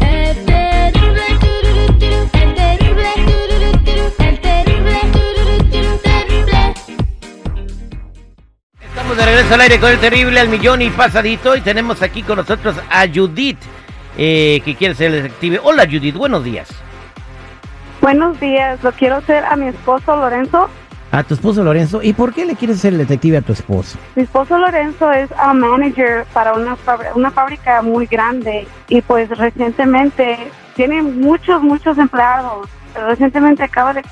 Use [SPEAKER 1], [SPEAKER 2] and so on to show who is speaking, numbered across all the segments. [SPEAKER 1] El terrible, tururuturu, el terrible, tururuturu, el terrible, tururuturu, terrible.
[SPEAKER 2] Estamos de regreso al aire con el terrible al millón y pasadito y tenemos aquí con nosotros a Judith eh, que quiere ser detective. Hola Judith, buenos días.
[SPEAKER 3] Buenos días, lo quiero hacer a mi esposo Lorenzo.
[SPEAKER 4] A tu esposo Lorenzo, ¿y por qué le quieres ser el detective a tu esposo?
[SPEAKER 3] Mi esposo Lorenzo es a manager para una, fabri- una fábrica muy grande y pues recientemente tiene muchos, muchos empleados. Pero recientemente acaba de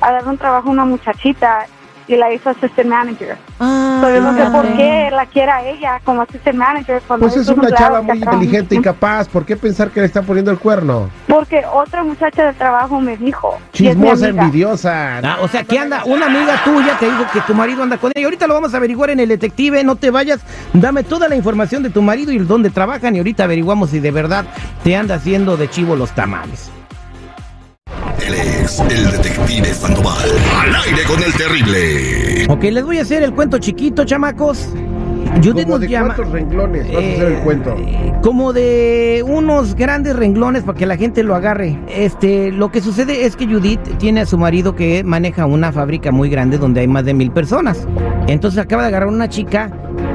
[SPEAKER 3] a dar un trabajo a una muchachita y la hizo assistant manager.
[SPEAKER 4] Ah,
[SPEAKER 3] Pero no sé por qué la quiera a ella como assistant manager. cuando
[SPEAKER 5] Pues
[SPEAKER 3] hay
[SPEAKER 5] es
[SPEAKER 3] otros
[SPEAKER 5] una
[SPEAKER 3] empleados
[SPEAKER 5] chava
[SPEAKER 3] que
[SPEAKER 5] muy
[SPEAKER 3] acaban-
[SPEAKER 5] inteligente y capaz. ¿Por qué pensar que le están poniendo el cuerno?
[SPEAKER 3] Porque otra muchacha del trabajo me dijo. y es mi
[SPEAKER 5] Chismosa,
[SPEAKER 3] amiga.
[SPEAKER 5] envidiosa.
[SPEAKER 4] Ah, o sea, que anda una amiga tuya te dijo que tu marido anda con ella. Y ahorita lo vamos a averiguar en el detective. No te vayas. Dame toda la información de tu marido y dónde trabajan. Y ahorita averiguamos si de verdad te anda haciendo de chivo los tamales.
[SPEAKER 6] Él es el detective Sandoval. Al aire con el terrible.
[SPEAKER 4] Ok, les voy a hacer el cuento chiquito, chamacos. Judith
[SPEAKER 5] Como
[SPEAKER 4] nos
[SPEAKER 5] de
[SPEAKER 4] llama.
[SPEAKER 5] cuántos renglones vas a hacer el
[SPEAKER 4] Eh,
[SPEAKER 5] cuento.
[SPEAKER 4] eh, Como de unos grandes renglones para que la gente lo agarre. Este, lo que sucede es que Judith tiene a su marido que maneja una fábrica muy grande donde hay más de mil personas. Entonces acaba de agarrar una chica,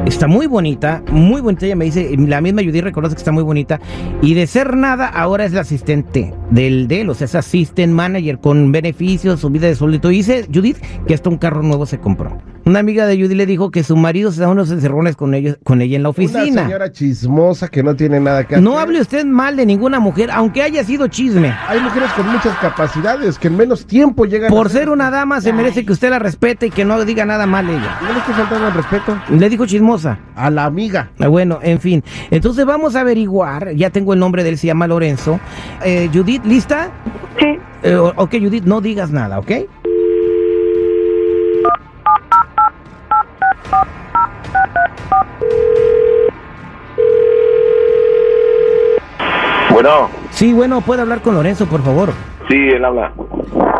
[SPEAKER 4] está muy bonita, muy bonita. Ella me dice, la misma Judith reconoce que está muy bonita. Y de ser nada, ahora es la asistente del de él, o sea, es assistant manager con beneficios, su vida de solito. Y dice Judith que hasta un carro nuevo se compró. Una amiga de Judith le dijo que su marido se da unos encerrones con, ellos, con ella en la
[SPEAKER 5] Una
[SPEAKER 4] oficina.
[SPEAKER 5] señora chismosa que no tiene nada que hacer.
[SPEAKER 4] No hable usted mal de ninguna mujer, aunque haya sido chisme.
[SPEAKER 5] Hay mujeres con muchas capacidades que en menos tiempo llegan
[SPEAKER 4] Por
[SPEAKER 5] a ser-
[SPEAKER 4] ser una dama se merece que usted la respete y que no diga nada mal de ella.
[SPEAKER 5] No le estoy faltando el respeto
[SPEAKER 4] Le dijo chismosa.
[SPEAKER 5] a la amiga.
[SPEAKER 4] Ah, Bueno, en fin. Entonces vamos a averiguar. Ya tengo el nombre de él, se llama Lorenzo. Eh, Judith, ¿lista?
[SPEAKER 3] Sí.
[SPEAKER 4] Eh, o- ok, Judith, no digas nada, ¿ok?
[SPEAKER 7] Bueno,
[SPEAKER 4] Sí, bueno, puede hablar con Lorenzo, por favor.
[SPEAKER 7] sí, él habla.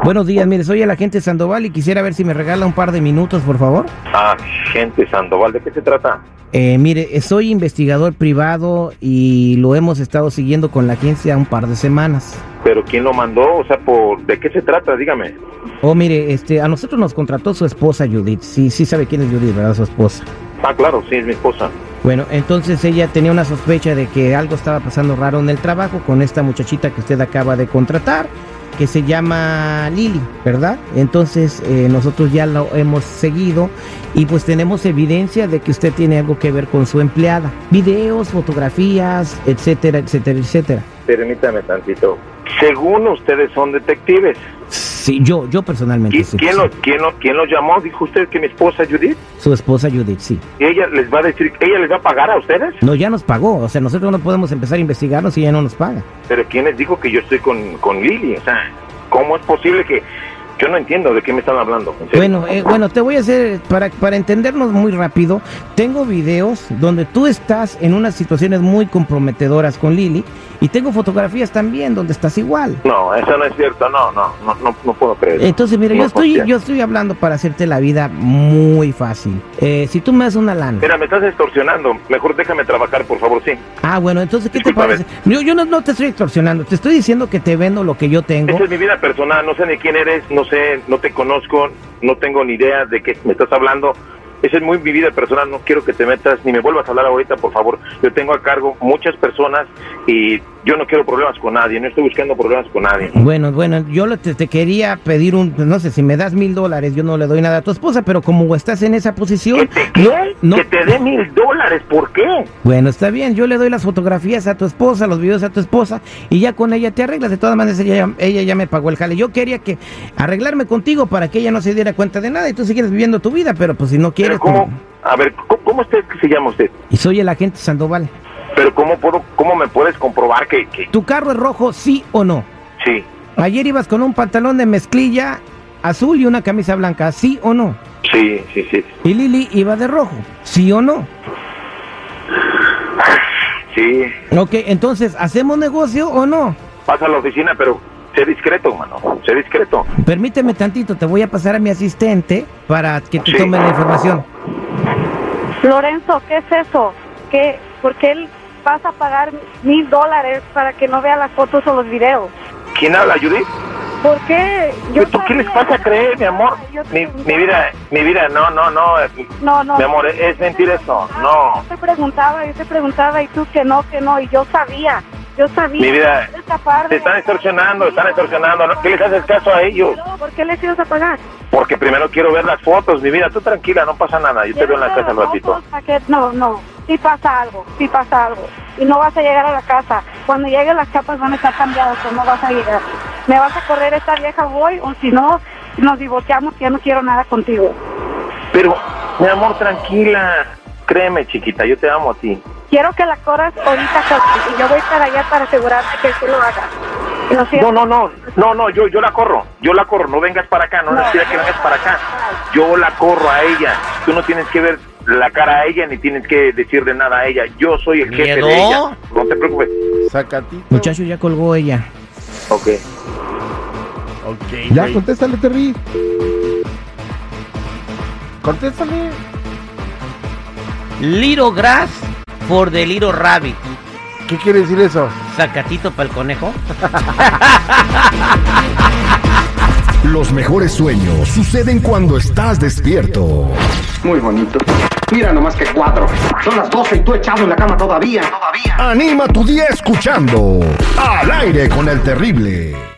[SPEAKER 4] Buenos días, mire, soy el agente Sandoval y quisiera ver si me regala un par de minutos, por favor.
[SPEAKER 7] Ah, gente Sandoval, ¿de qué se trata?
[SPEAKER 4] Eh, mire, eh, soy investigador privado y lo hemos estado siguiendo con la agencia un par de semanas.
[SPEAKER 7] ¿Pero quién lo mandó? O sea, por, ¿de qué se trata? Dígame.
[SPEAKER 4] Oh, mire, este, a nosotros nos contrató su esposa Judith. Sí, sí sabe quién es Judith, ¿verdad? Su esposa.
[SPEAKER 7] Ah, claro, sí, es mi esposa.
[SPEAKER 4] Bueno, entonces ella tenía una sospecha de que algo estaba pasando raro en el trabajo con esta muchachita que usted acaba de contratar, que se llama Lili, ¿verdad? Entonces eh, nosotros ya lo hemos seguido y pues tenemos evidencia de que usted tiene algo que ver con su empleada. Videos, fotografías, etcétera, etcétera, etcétera.
[SPEAKER 7] Permítame tantito. Según ustedes son detectives.
[SPEAKER 4] Sí, yo, yo personalmente.
[SPEAKER 7] ¿Qui-
[SPEAKER 4] sí,
[SPEAKER 7] ¿Quién,
[SPEAKER 4] sí.
[SPEAKER 7] lo, quién, lo, ¿Quién lo llamó? Dijo usted que mi esposa Judith.
[SPEAKER 4] Su esposa Judith, sí.
[SPEAKER 7] Ella les va a decir, ella les va a pagar a ustedes.
[SPEAKER 4] No, ya nos pagó. O sea, nosotros no podemos empezar a investigarnos si ya no nos paga.
[SPEAKER 7] Pero ¿quién les dijo que yo estoy con, con Lili? O sea, ¿cómo es posible que... Yo no entiendo de qué me están hablando. en serio.
[SPEAKER 4] Bueno, eh, bueno, te voy a hacer, para, para entendernos muy rápido, tengo videos donde tú estás en unas situaciones muy comprometedoras con Lili y tengo fotografías también donde estás igual.
[SPEAKER 7] No, eso no es cierto. No, no, no, no, no puedo creer.
[SPEAKER 4] Entonces, mira,
[SPEAKER 7] No pues
[SPEAKER 4] yo
[SPEAKER 7] puedo
[SPEAKER 4] estoy,
[SPEAKER 7] creer.
[SPEAKER 4] yo estoy hablando para hacerte la vida muy fácil. Eh, si tú me das una lana.
[SPEAKER 7] Mira, me estás extorsionando. Mejor déjame trabajar, por favor, sí.
[SPEAKER 4] Ah, bueno, entonces, ¿qué te
[SPEAKER 7] Discúlpame.
[SPEAKER 4] parece? Yo, yo no, no te estoy extorsionando, te estoy diciendo que te vendo lo que yo tengo.
[SPEAKER 7] Esta es mi vida personal, no sé ni quién eres, no sé, no te conozco, no tengo ni idea de qué me estás hablando. Esa es muy mi vida personal, no quiero que te metas ni me vuelvas a hablar ahorita, por favor. Yo tengo a cargo muchas personas y yo no quiero problemas con nadie, no estoy buscando problemas con nadie.
[SPEAKER 4] Bueno, bueno, yo lo- te, te quería pedir un, no sé, si me das mil dólares, yo no le doy nada a tu esposa, pero como estás en esa
[SPEAKER 7] ¿Que
[SPEAKER 4] posición,
[SPEAKER 7] te, qué?
[SPEAKER 4] no.
[SPEAKER 7] ¿Que te dé mil dólares? ¿Por qué?
[SPEAKER 4] bueno, está bien, yo le doy las fotografías a tu esposa, los videos a tu esposa, y ya con ella te arreglas. De todas maneras, ella, ella ya me pagó el jale. Yo quería que arreglarme contigo para que ella no se diera cuenta de nada y tú sigues viviendo tu vida, pero pues si no quieres...
[SPEAKER 7] Pero ¿cómo?
[SPEAKER 4] pues-
[SPEAKER 7] A ver, ¿cómo, cómo usted se llama usted?
[SPEAKER 4] Y soy el agente Sandoval.
[SPEAKER 7] Pero ¿cómo puedo, cómo me puedes comprobar que, que
[SPEAKER 4] ¿Tu carro es rojo, sí o no?
[SPEAKER 7] sí?
[SPEAKER 4] Ayer ibas con un pantalón de mezclilla azul y una camisa blanca, ¿sí o no?
[SPEAKER 7] Sí, sí, sí.
[SPEAKER 4] Y Lili iba de rojo, ¿sí o no?
[SPEAKER 7] Sí.
[SPEAKER 4] Ok, entonces, ¿hacemos negocio o no?
[SPEAKER 7] Pasa a la oficina, pero sé discreto, mano. Sé discreto.
[SPEAKER 4] Permíteme tantito, te voy a pasar a mi asistente para que te
[SPEAKER 7] Sí.
[SPEAKER 4] tome la información.
[SPEAKER 3] Lorenzo, ¿qué es eso? ¿Qué? ¿Por qué él vas a pagar mil dólares para que no vea las fotos o los videos?
[SPEAKER 7] ¿Quién habla, Judith?
[SPEAKER 3] ¿Por qué?
[SPEAKER 7] ¿Tú qué
[SPEAKER 3] sabía-
[SPEAKER 7] les pasa a creer, mi amor?
[SPEAKER 3] Yo te
[SPEAKER 7] Mi,
[SPEAKER 3] preguntaba.
[SPEAKER 7] mi vida, mi vida, no, no, no. eh,
[SPEAKER 3] No, no. Ah,
[SPEAKER 7] Mi amor, es mentir eso. No.
[SPEAKER 3] Yo te preguntaba, yo te preguntaba y tú que no, que no, y yo sabía, yo sabía.
[SPEAKER 7] Mi vida,
[SPEAKER 3] Es capaz
[SPEAKER 7] Te
[SPEAKER 3] de-
[SPEAKER 7] están extorsionando, están extorsionando. ¿no? ¿Qué les haces caso a ellos?
[SPEAKER 3] No, ¿Por qué les ibas a pagar?
[SPEAKER 7] Porque primero quiero ver las fotos, mi vida. Tú tranquila, no pasa nada. Yo te veo en la
[SPEAKER 3] Llévate
[SPEAKER 7] casa al
[SPEAKER 3] las
[SPEAKER 7] ratito.
[SPEAKER 3] fotos pa' que- No, no, si pasa algo, si pasa algo. Y no vas a llegar a la casa. Cuando lleguen las capas van a estar cambiadas, pues no vas a llegar. Me vas a correr esta vieja voy o si no, nos divorciamos, que ya no quiero nada contigo.
[SPEAKER 7] Pero, mi amor, tranquila. Créeme, chiquita, yo te amo a ti.
[SPEAKER 3] Quiero que la corras ahorita, Cosme, y yo voy para allá para asegurarme que tú lo hagas. Y lo siento.
[SPEAKER 7] No, no, no, no, no, yo, yo la corro, yo la corro, no vengas para acá, no,
[SPEAKER 3] No,
[SPEAKER 7] necesita que
[SPEAKER 3] no,
[SPEAKER 7] vengas
[SPEAKER 3] no,
[SPEAKER 7] para acá. Yo la corro a ella, tú no tienes que ver la cara a ella ni tienes que decirle nada a ella, yo soy el jefe
[SPEAKER 2] ¿Miedo?
[SPEAKER 7] de ella, no te preocupes.
[SPEAKER 5] Sacatito.
[SPEAKER 4] Muchacho, ya colgó ella.
[SPEAKER 7] Ok.
[SPEAKER 5] Ok, Ya, contéstale, Terry. Contéstale.
[SPEAKER 2] Little grass for the little rabbit.
[SPEAKER 5] ¿Qué quiere decir eso?
[SPEAKER 2] Sacatito para el conejo.
[SPEAKER 6] Los mejores sueños suceden cuando estás despierto.
[SPEAKER 8] Muy bonito. Mira nomás que cuadro. Son las 12 y tú echado en la cama todavía. Todavía.
[SPEAKER 6] Anima tu día escuchando. Al aire con el terrible.